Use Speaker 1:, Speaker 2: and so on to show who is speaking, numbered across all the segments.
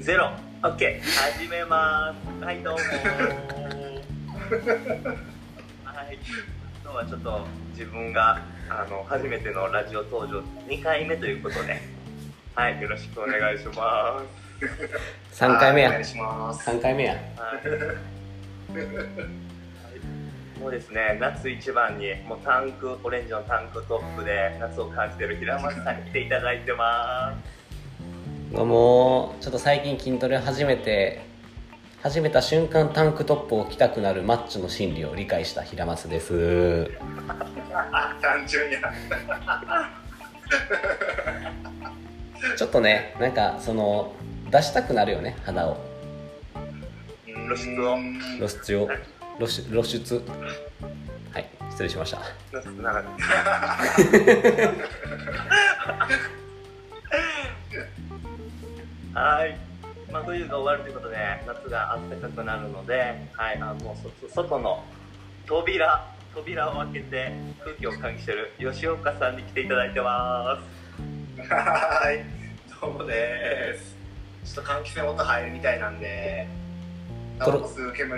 Speaker 1: ゼロ。オッケー。始めます。はい、どうもー。はい。今日はちょっと自分があの初めてのラジオ登場2回目ということで、はい、よろしくお願いしま
Speaker 2: 3回目
Speaker 3: は
Speaker 2: や
Speaker 3: いお願いします
Speaker 2: 3回目や
Speaker 1: す。はい。はいもうですね、夏一番にもうタンクオレンジのタンクトップで夏を感じてる平松さんに来ていただいてま
Speaker 2: どうもちょっと最近筋トレ始めて始めた瞬間タンクトップを着たくなるマッチョの心理を理解した平松です
Speaker 3: 単純や
Speaker 2: ちょっとねなんかその出したくなるよね花を
Speaker 1: 露出を
Speaker 3: うん
Speaker 2: 露出を露出露出はい失礼しました
Speaker 1: す。なんかはい。まあ、冬が終わるということで、夏が暖かくなるので、はい、あもうそ外の扉、扉を開けて空気を換気してる吉岡さんに来ていただいてま
Speaker 3: はいどうもですちょっと換気扇音入るみたいなんでタ
Speaker 2: トロ
Speaker 3: バコ吸う煙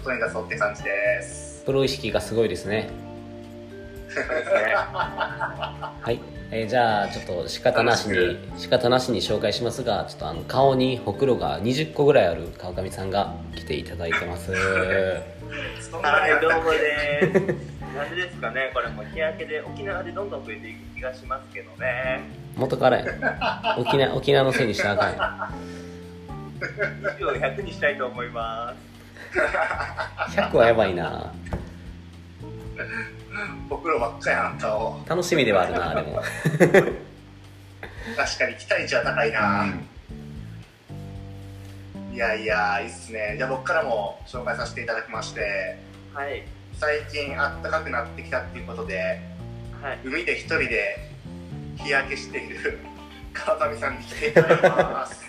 Speaker 3: 外に出そうって感じです
Speaker 2: プロ意識がすごいですね
Speaker 1: す。ですね。
Speaker 2: はい、えーじゃあちょっと仕方なしに仕方なしに紹介しますがちょっとあの顔にほくろが20個ぐらいある川上さんが来ていただいてます
Speaker 3: そんな
Speaker 1: は
Speaker 3: にや
Speaker 1: い、
Speaker 3: っ
Speaker 1: どう
Speaker 3: たっ
Speaker 1: も
Speaker 3: け
Speaker 1: です。 なんでですかね、これもう日焼けで沖縄でどんどん増えていく気がしますけどね。
Speaker 2: 元からやん沖縄沖縄のせいにしたらあかんや
Speaker 1: 20を100にしたいと思います。
Speaker 2: ん100はやばいな
Speaker 3: ほくろばっかやん顔
Speaker 2: 楽しみではあるなでも
Speaker 3: 確かに期待値は高いな、いやいやいいっすねじゃあ僕からも紹介させていただきまして
Speaker 1: はい。
Speaker 3: 最近あったかくなってきたっていうことで
Speaker 1: はい。
Speaker 3: 海で一人で日焼けしている 川上さんに来ていただきます。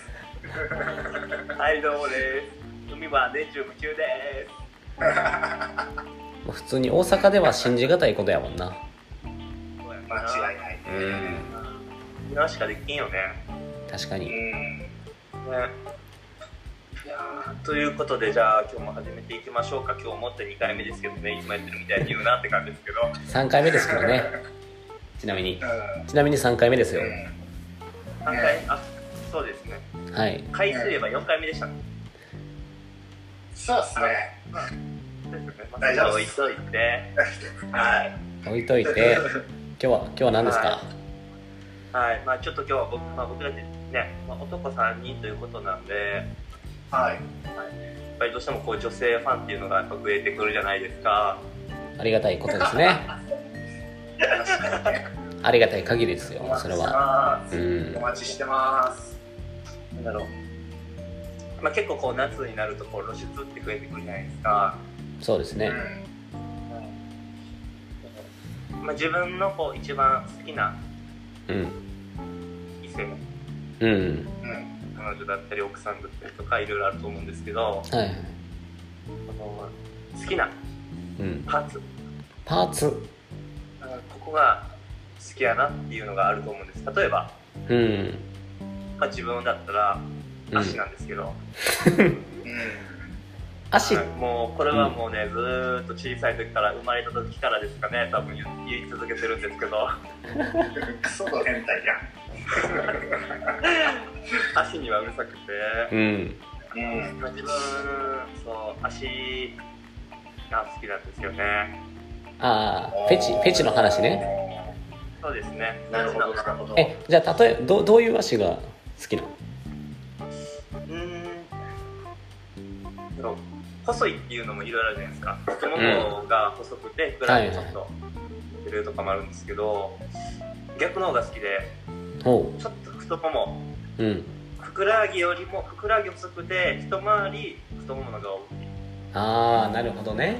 Speaker 1: はい、どうもです。海は年中無休です。
Speaker 2: もう普通に大阪では信じがたいことやもんな
Speaker 1: そうやな
Speaker 3: 間違いない。
Speaker 2: うん
Speaker 1: 沖縄しかできんよね。
Speaker 2: 確か
Speaker 3: う
Speaker 2: に
Speaker 3: ん。
Speaker 1: ね。いやーということで、じゃあ今日も始めていきましょうか。今日もって2回目ですけどね、今やってるみたいに言うなって感じですけど。
Speaker 2: 3回目ですけどねちなみに
Speaker 3: う
Speaker 2: ちなみに3回目ですよ
Speaker 3: ん。
Speaker 1: 3回、あ、そうですね。
Speaker 2: はい
Speaker 1: 回数言えば4回目でしたね。
Speaker 3: そうですね。
Speaker 1: 大
Speaker 3: 大
Speaker 1: 丈夫
Speaker 3: 丈夫
Speaker 1: 置いといて。はい。
Speaker 2: 置いといて今日は今日は何ですか
Speaker 1: はい。まあちょっと今日は僕、まあ僕らでね、まあ、男3人ということなんで、や
Speaker 3: はい。
Speaker 1: っぱりどうしてもこう女性ファンっていうのがやっぱ増えてくるじゃないですか。
Speaker 2: ありがたいことですねありがたい限りですよそれは
Speaker 3: は
Speaker 2: うん
Speaker 3: お待ちしてます。
Speaker 1: なんだろう、まあ、結構こう夏になるとこう露出って増えてくるじゃないですか、
Speaker 2: そうです
Speaker 3: う
Speaker 2: ね
Speaker 3: ん。
Speaker 1: まあ、自分のこう一番好きな
Speaker 2: うん
Speaker 1: 異性
Speaker 2: うん
Speaker 3: うん。
Speaker 1: 彼女だったり奥さんだったりとかいろいろあると思うんですけど
Speaker 2: はいはい
Speaker 1: あの好きな
Speaker 2: うん
Speaker 1: パーツ
Speaker 2: パーツ
Speaker 1: ここが好きやなっていうのがあると思うんです例えば、
Speaker 2: うん
Speaker 1: まあ、自分だったら
Speaker 2: うん
Speaker 1: 足なんですけど、
Speaker 3: うん。
Speaker 2: 足
Speaker 1: はいもうこれはもうね、ずーっと小さい時から生まれた時からですかね多分言い続けてるんですけど
Speaker 3: クソド変態や
Speaker 1: 足にはうるさくて。
Speaker 2: うん
Speaker 3: ん。うん。
Speaker 1: 自分そう足が好きなんですよね
Speaker 2: ああフェチフェチの話ね
Speaker 3: ね。
Speaker 1: そうですね
Speaker 3: なるほど、なるほど。
Speaker 2: えじゃあ例えどどういう足が好きなの
Speaker 1: うーんそう細いっていうのもいろいろあるじゃないですか太ももが細くてふくらはぎがちょっと出るとかもあるんですけど逆の方が好きで
Speaker 2: ほ
Speaker 1: ちょっと太もも
Speaker 2: ううん
Speaker 1: ふくらはぎよりもふくらはぎ細くて一回り太ももの方が大きい
Speaker 2: ああなるほどね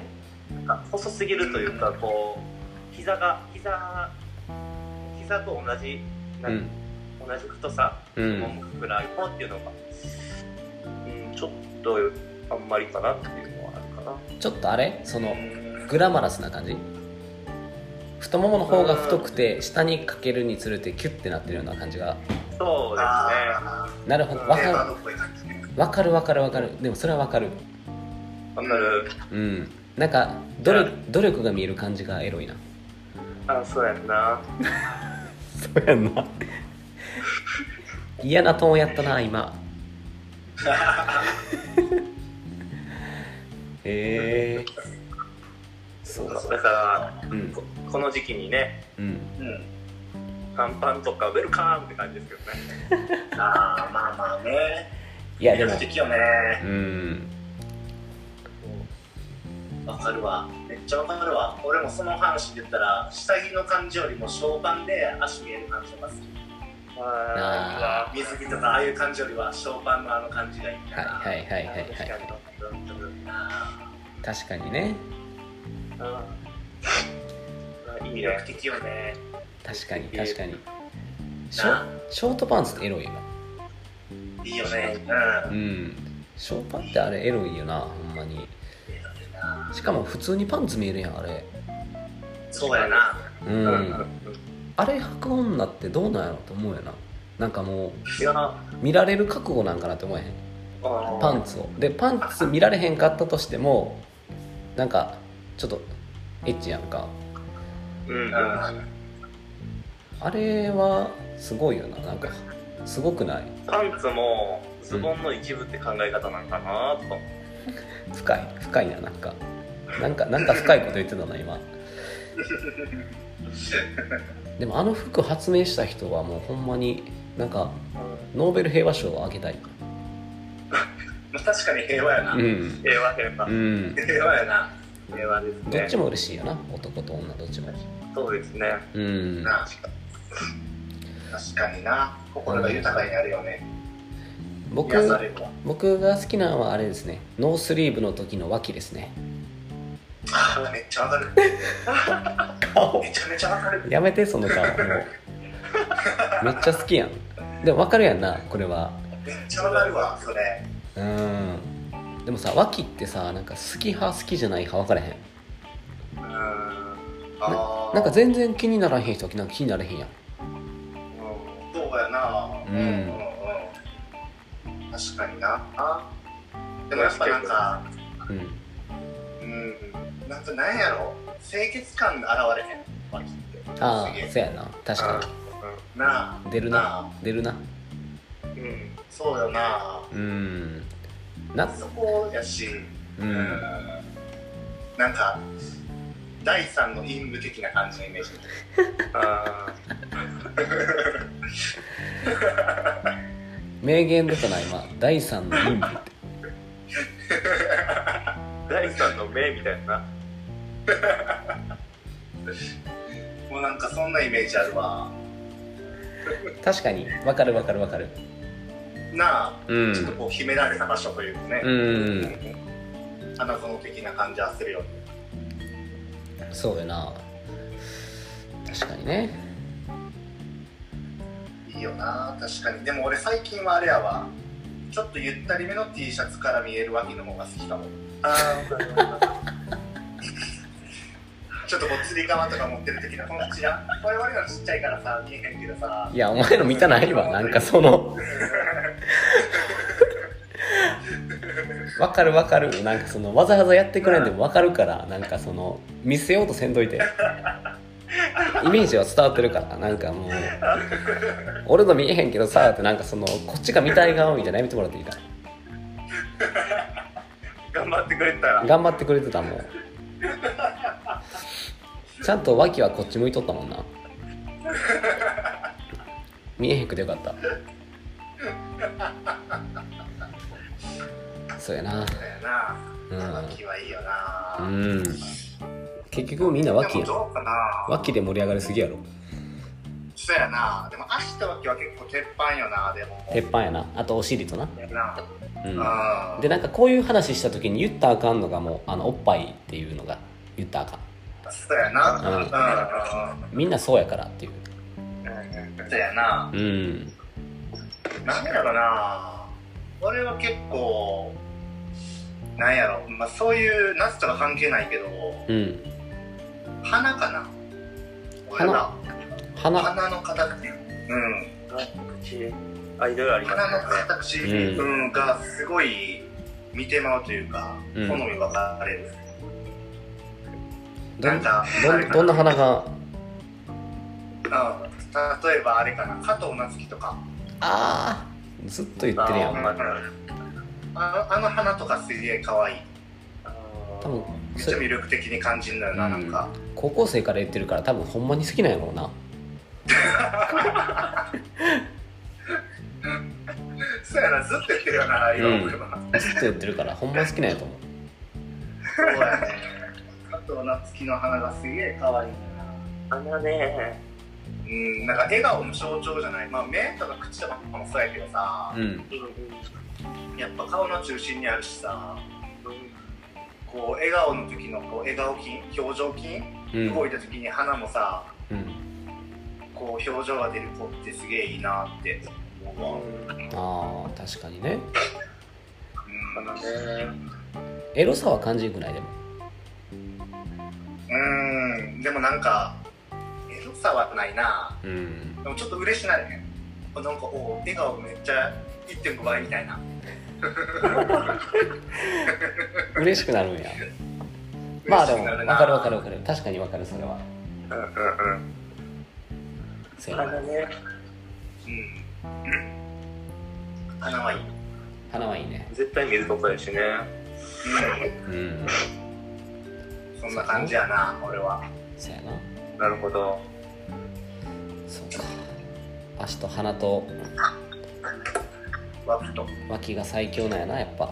Speaker 1: なんか細すぎるというかこう膝が膝膝と同じな
Speaker 2: うん
Speaker 1: か
Speaker 2: ん
Speaker 1: 同じ太さ
Speaker 2: う
Speaker 1: も
Speaker 2: ん
Speaker 1: もくらいもっていうのが、うん、ちょっとあんまりかなっていうのはあるかな
Speaker 2: ちょっとあれその
Speaker 3: うん
Speaker 2: グラマラスな感じ太ももの方が太くて下にかけるにつれてキュッてなってるような感じが
Speaker 1: そうですね
Speaker 3: あ
Speaker 2: なるほど
Speaker 3: ー
Speaker 2: わ
Speaker 3: テーマ
Speaker 2: か
Speaker 3: どこ行ったっけ
Speaker 2: わかるわかるわかるでもそれはわかる
Speaker 1: わかる。
Speaker 2: うんなんか努力努力が見える感じがエロいな
Speaker 1: あ、そうやんな。
Speaker 2: そうやんな嫌なトーンやったな 今へえそうだ
Speaker 1: だから、
Speaker 2: うん
Speaker 1: ここの時期にね、
Speaker 2: うん
Speaker 3: うん。
Speaker 1: 短パンとかウェルカームって感じですけどね。
Speaker 3: ああ、まあまあね。
Speaker 2: いやでも
Speaker 3: 魅力的よね。
Speaker 2: うん
Speaker 3: わかるわ。めっちゃわかるわ。俺もその話で言ったら、下着の感じよりも小パンで足見える感じが好き。
Speaker 2: あ
Speaker 1: あ
Speaker 3: 水着とかああいう感じよりは、小パンのあの感じがいいな。
Speaker 2: はいはいはいはいはい
Speaker 3: 確かにわかるな
Speaker 2: 確かにね
Speaker 1: ーあー。いい
Speaker 3: 魅
Speaker 1: ね
Speaker 3: 力。的よね。
Speaker 2: 確かに確かにショショートパンツってエロいよ
Speaker 3: いいよね。うん。
Speaker 2: なうんショーパンってあれエロいよなほんまにしかも普通にパンツ見えるやんあれ
Speaker 3: そうやな。
Speaker 2: う、
Speaker 1: うんん。
Speaker 2: あれ履く女ってどうなんやろと思うよななんかも
Speaker 1: いや、あ
Speaker 2: う見られる覚悟なんかなって思えへん
Speaker 1: ー
Speaker 2: パンツをでパンツ見られへんかったとしてもなんかちょっとエッチやんか
Speaker 1: うん。
Speaker 3: うん。
Speaker 2: あれはすごいよななんかすごくない
Speaker 1: パンツもズボンの一部って考え方なんかなとか思って
Speaker 2: 深い深いななんかなんかなんか深いこと言ってたな今でもあの服発明した人はもうほんまになんかノーベル平和賞をあげたい
Speaker 3: まあ確かに平和やな。
Speaker 2: うん
Speaker 1: 平和平和
Speaker 2: う。ん
Speaker 3: 平和やな。
Speaker 1: 平和です
Speaker 2: どっ
Speaker 1: ね
Speaker 2: ち。も嬉しいよな男と女どっちも
Speaker 1: そうですね。
Speaker 2: うん
Speaker 3: な確かにな。心が豊かになるよね。
Speaker 2: 僕
Speaker 3: 癒されるわ。
Speaker 2: 僕が好きなのはあれですねノースリーブの時の脇ですね
Speaker 3: あーめっちゃわかる。
Speaker 2: 顔
Speaker 3: めちゃめちゃわかる。
Speaker 2: やめてそ の顔もうめっちゃ好きやんでも分かるやんなこれは
Speaker 3: めっちゃわかるわ、それ。
Speaker 2: うんでもさ脇ってさなんか好き派好きじゃない派分からへん
Speaker 1: うーん。
Speaker 3: あー
Speaker 2: なんか全然気にならへん人なんか気になれへんやん
Speaker 3: そうやな。
Speaker 2: うん
Speaker 3: うん確かにな。あでもやっぱなんか、
Speaker 2: うん
Speaker 3: うん、なんかなんやろ。清潔感が現れへん。脇って
Speaker 2: あ
Speaker 3: すげ
Speaker 2: あ
Speaker 3: え
Speaker 2: そうやな確か
Speaker 3: な
Speaker 2: に出る
Speaker 3: あ。
Speaker 2: な
Speaker 3: なあ。
Speaker 2: 出るな
Speaker 1: うん。
Speaker 3: そうよな。
Speaker 2: うんな
Speaker 3: そこやし。
Speaker 2: う
Speaker 3: うん
Speaker 2: ん
Speaker 3: なんか第三の陰部的な感じのイメージ
Speaker 1: あ
Speaker 2: 名言出たな今第三の陰部って
Speaker 1: ー第三の目みたいな。
Speaker 3: もうなんかそんなイメージあるわ
Speaker 2: 確かに分かる分かる分かる
Speaker 3: なあ、
Speaker 2: うん
Speaker 3: ちょっとこう秘められた場所というかね、
Speaker 2: うん
Speaker 3: 花園的な感じはするよね
Speaker 2: そうやな確かにね
Speaker 3: いいよな確かにでも俺最近はあれやわちょっとゆったりめの T シャツから見える脇の方が好きかも
Speaker 1: あーわかるわか
Speaker 3: ちょっとこう釣り革とか持ってる時のこのちら我々のちっちゃいからさ見えへんけどさ
Speaker 2: いやお前の見たないわなんかそのわかるわかるなんかそのわざわざやってくれんでもわかるからなんかその見せようとせんといてイメージは伝わってるからなんかもう俺の見えへんけどさってなんかそのこっちが見たい側みたいなやめてもらっていいか
Speaker 1: る頑張ってくれてたら。
Speaker 2: 頑張ってくれてたもんちゃんと脇はこっち向いとったもんな見えへんくてよかったそうやな
Speaker 3: だよな、
Speaker 2: うん
Speaker 3: 脇はいいよな、
Speaker 2: うん結局みんな脇
Speaker 3: で
Speaker 2: や
Speaker 3: も
Speaker 2: ん
Speaker 3: どうかな
Speaker 2: 脇で盛り上がりすぎやろ
Speaker 3: そうやなでも足と脇は結構鉄板よなでも
Speaker 2: 鉄板やなあとお尻とな、
Speaker 3: 板な
Speaker 2: うん、
Speaker 3: あ
Speaker 2: でなんかこういう話した時に言ったらあかんのがもうあのおっぱいっていうのが言ったらあかん
Speaker 3: そうやな
Speaker 2: うん
Speaker 3: うん
Speaker 2: みんなそうやからっていう
Speaker 3: うんそうやな
Speaker 2: うん
Speaker 3: なんやろな俺は結構なんやろ、まあ、そういう夏とか関係ないけど
Speaker 2: うん
Speaker 3: 花かな俺は
Speaker 2: 花
Speaker 3: 花の形うん
Speaker 1: 口アイドルあります
Speaker 3: 鼻の
Speaker 1: もんね
Speaker 3: 形、
Speaker 2: う
Speaker 3: うん、がすごい見てまうというか、
Speaker 2: うん
Speaker 3: 好み分かれる。
Speaker 2: ど
Speaker 3: なんんか、
Speaker 2: ど
Speaker 3: あれ
Speaker 2: ん
Speaker 3: か
Speaker 2: どんな花が
Speaker 3: うん例えばあれかな、加藤夏樹とか、
Speaker 2: あーずっと言ってるや
Speaker 1: あー
Speaker 2: ん
Speaker 1: まあ
Speaker 3: あのあの花とかすげえ可愛い。
Speaker 1: あ
Speaker 2: 多分
Speaker 1: ー
Speaker 3: めっ
Speaker 2: そ
Speaker 3: ちゃ
Speaker 2: れ
Speaker 3: 魅力的に感じるんだよな、
Speaker 2: うん
Speaker 3: なんか。
Speaker 2: 高校生から言ってるから多分ほんまに好きなんやろうな
Speaker 3: そうやな、ずっと言ってるよな、今思えば。
Speaker 2: ずっと言ってるからほんまに好きなんやと思う
Speaker 3: そうやね。 加藤夏樹の花がすげえ可愛いんだよな。
Speaker 1: 鼻ね
Speaker 3: うん、なんか笑顔の象徴じゃない、まあ、目とか口とかもそうやけどさ、
Speaker 2: うん
Speaker 3: やっぱ顔の中心にあるしさこう笑顔の時のこう笑顔筋表情筋、
Speaker 2: うん
Speaker 3: 動いた時に鼻もさ
Speaker 2: うん
Speaker 3: こう表情が出る子ってすげえいいなって思う
Speaker 2: あ
Speaker 3: わ、
Speaker 2: ー確かにね
Speaker 1: 鼻ね
Speaker 2: エロさは感じるくないでも
Speaker 3: うん、うんでもなんかエロさはないな
Speaker 2: うん
Speaker 3: でもちょっと嬉しないねなんかおう笑顔めっちゃ1.5倍みたいな
Speaker 2: 嬉しくなるんやまあでも
Speaker 3: 嬉しくなる
Speaker 2: 分
Speaker 3: な
Speaker 2: かる分かる分かる確かに分かるそれは
Speaker 1: うんうんうん
Speaker 2: そうやな
Speaker 1: 鼻ね
Speaker 3: うん鼻はいい、うん
Speaker 2: 花はいいね
Speaker 1: 絶対見るとこやしね
Speaker 2: うん
Speaker 3: そんな感じやな、俺は。
Speaker 2: そうやな
Speaker 1: なるほど
Speaker 2: そうか足と鼻と
Speaker 3: ワクと。
Speaker 2: 脇が最強なんやなやっぱ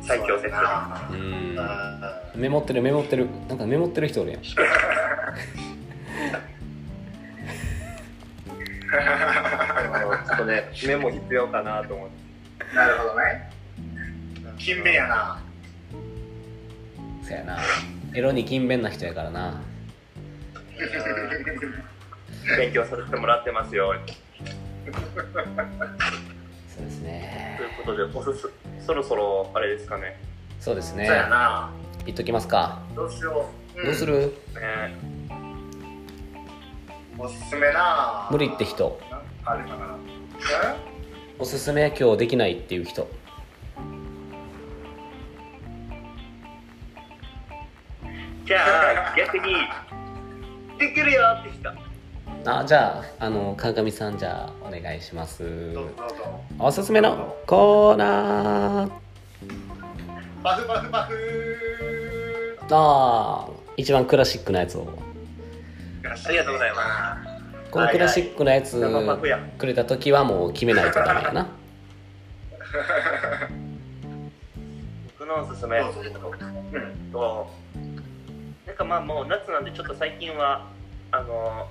Speaker 1: 最強説
Speaker 3: な。
Speaker 2: う
Speaker 3: うんん
Speaker 2: メモってるメモってるなんかメモってる人おるやん
Speaker 1: ちょっとねメモ必要かなと思って
Speaker 3: なるほどね。勤勉やな。
Speaker 2: そうやなエロに勤勉な人やからな
Speaker 1: 勉強させてもらってますよ
Speaker 2: そうです
Speaker 1: と
Speaker 2: ね
Speaker 1: いうことでおすすそろそろあれですかね
Speaker 2: そうですね
Speaker 3: そうやな。
Speaker 2: 言っときますか
Speaker 3: どうしよう。ん
Speaker 2: どうする
Speaker 1: ね
Speaker 3: おすすめな。
Speaker 2: 無理って人。
Speaker 3: あれかな。え
Speaker 2: おすすめ今日できないっていう人
Speaker 1: じゃあ逆にできるよって人
Speaker 2: あじゃああの川上さんじゃあお願いします
Speaker 3: どうぞどうぞ。
Speaker 2: おすすめのコーナー
Speaker 3: バフバフバフ。
Speaker 2: あー一番クラシックなやつを
Speaker 1: ありがとうございます
Speaker 2: このクラシックなやつ
Speaker 1: 生パフや
Speaker 2: くれた時はもう決めないとダメやな
Speaker 1: 僕のおすすめ
Speaker 3: どうぞどうぞ。うん。
Speaker 1: となんかまあもう夏なんでちょっと最近はあの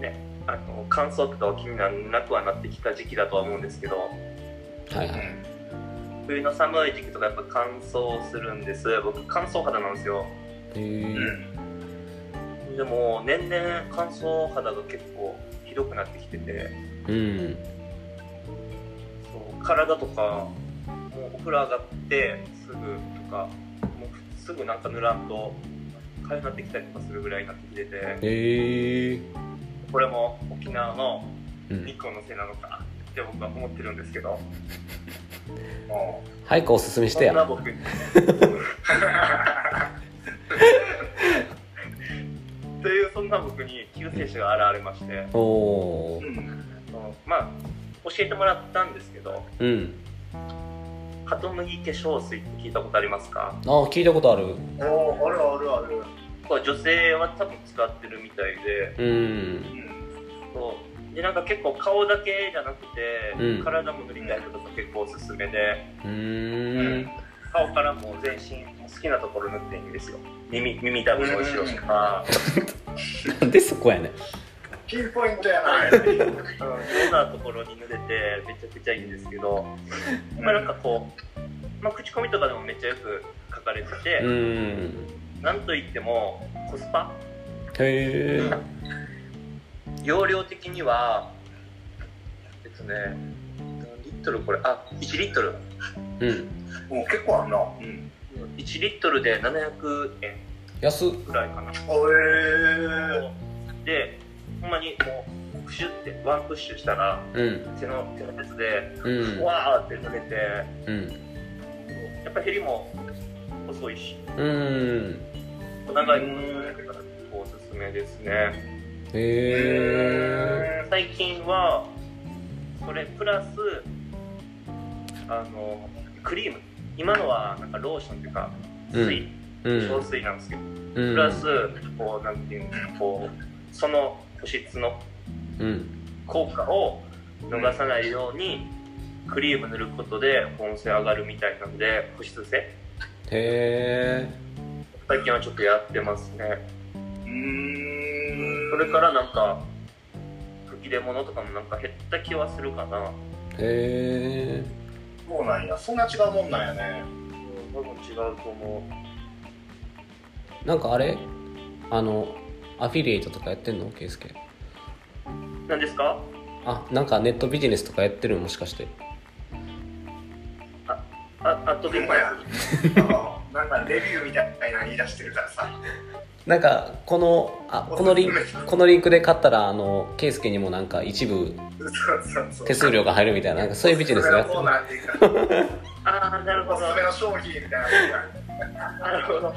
Speaker 1: ねあの乾燥とかは気にならなくはなってきた時期だとは思うんですけど
Speaker 2: はいはい
Speaker 1: 冬の寒い時期とかやっぱ乾燥するんです僕乾燥肌なんですよ
Speaker 2: へー
Speaker 3: うん。
Speaker 1: でも年々乾燥肌が結構ひどくなってきてて
Speaker 2: うん
Speaker 1: そう体とかもうお風呂上がってすぐとかもうすぐなんか塗らんと痒くなってきたりとかするぐらいになってきてて
Speaker 2: へえ
Speaker 1: これも沖縄の
Speaker 2: うん
Speaker 1: 日光のせいなのかって僕は思ってるんですけ ど
Speaker 3: も
Speaker 2: 早くおすすめし
Speaker 1: そ
Speaker 2: て
Speaker 1: んな
Speaker 2: や
Speaker 1: 僕 というそんな僕に救世主が現れまして
Speaker 2: おお
Speaker 3: う。う
Speaker 2: ー
Speaker 3: ん。
Speaker 1: そのまあ教えてもらったんですけど
Speaker 2: うん
Speaker 1: ハトムギ化粧水って聞いたことありますか
Speaker 2: あー聞いたことある
Speaker 3: おお、あるあるある。
Speaker 1: これ女性は多分使ってるみたいで
Speaker 2: うん
Speaker 3: うん。
Speaker 1: そうでなんか結構顔だけじゃなくて、
Speaker 2: うん
Speaker 1: 体も塗りたい人とか結構おすすめで
Speaker 2: うーん
Speaker 1: 顔からもう全身好きなところ塗っていいんですよ耳耳たぶの後ろとか、
Speaker 2: なんでそこやねん
Speaker 3: ピンポイントやな。
Speaker 1: うん、いろんなところに塗れてめちゃくちゃいいんですけど、まあ、なんかこう、まあ、口コミとかでもめっちゃよく書かれて
Speaker 2: う
Speaker 1: て、
Speaker 2: ーん
Speaker 1: なんといってもコスパ
Speaker 2: へえ
Speaker 1: 容量的にはえっとね何リットルこれあ1リットル
Speaker 2: うん
Speaker 3: お結構あるな。うん。
Speaker 1: 1リットルで700円
Speaker 2: 安っ
Speaker 1: ぐらいかな
Speaker 3: おえー。
Speaker 1: でほんまにもうプシュってワンプッシュしたら
Speaker 2: うん
Speaker 1: 手の手のやつで
Speaker 2: うん
Speaker 1: わーって抜けて
Speaker 2: うん
Speaker 1: やっぱ減りも遅いし
Speaker 2: うん
Speaker 1: 長いものだからおすすめですね
Speaker 2: へえ
Speaker 1: 最近はそれプラスあのクリーム今のはなんかローションというか水、
Speaker 2: う
Speaker 1: 小
Speaker 2: ん
Speaker 1: 水なんですけど、
Speaker 2: うん
Speaker 1: プラスこうなんていうんですかこうその保湿の
Speaker 2: うん
Speaker 1: 効果を逃さないようにクリーム塗ることで保温性上がるみたいなので保湿性
Speaker 2: へえ
Speaker 1: 最近はちょっとやってますね
Speaker 3: うーん
Speaker 1: それからなんか吹き出物とかもなんか減った気はするかな
Speaker 2: へえ
Speaker 3: そうなんやそんな違うもんなんやね
Speaker 1: 多分違うと思
Speaker 2: なんかあれあのアフィリエイトとかやってんのケイス
Speaker 1: う
Speaker 2: ケ
Speaker 1: 何ですか
Speaker 2: あなんかネットビジネスとかやってるもしかして
Speaker 1: ああとで
Speaker 3: ほんまやあなんかレビューみたいなの言い出してるからさ
Speaker 2: なんかこのあこのリンクこのリンクで買ったらあのケイスケにもなんか一部
Speaker 3: そうそうそう
Speaker 2: 手数料が入るみたいななんかそういうビジネスがやって
Speaker 3: そ
Speaker 2: る
Speaker 3: うなんていうか
Speaker 1: ああなるほ
Speaker 3: お
Speaker 1: ど
Speaker 3: すすめの商品みたいなのが
Speaker 1: なるほど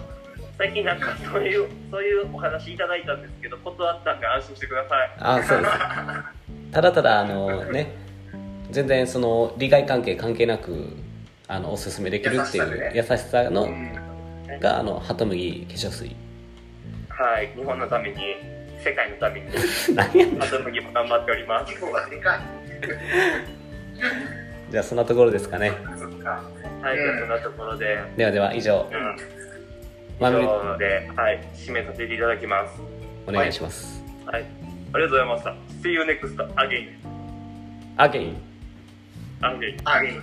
Speaker 1: 最近なんかそういうそういうお話いただいたんですけど断ったんで安心してください
Speaker 2: あそうですただただあのね全然その利害関係関係なくあのおすすめできるっていう優し
Speaker 3: 優
Speaker 2: さ
Speaker 3: う
Speaker 2: の
Speaker 3: ん
Speaker 2: があのハトムギ化粧水
Speaker 1: はい日本のために世界のために
Speaker 2: 何や
Speaker 1: ハトムギも頑張っております
Speaker 3: 規模がでかい
Speaker 2: じゃあそんなところですかね
Speaker 3: そっか
Speaker 1: はい、じゃあそんなところで、
Speaker 2: ではでは以上
Speaker 1: うん、
Speaker 2: マミリ
Speaker 1: 今日で、はい、締めさせていただきます。
Speaker 2: お願いします
Speaker 1: はい、ありがとうございました。See you next again.
Speaker 2: Again
Speaker 1: again.
Speaker 3: あげる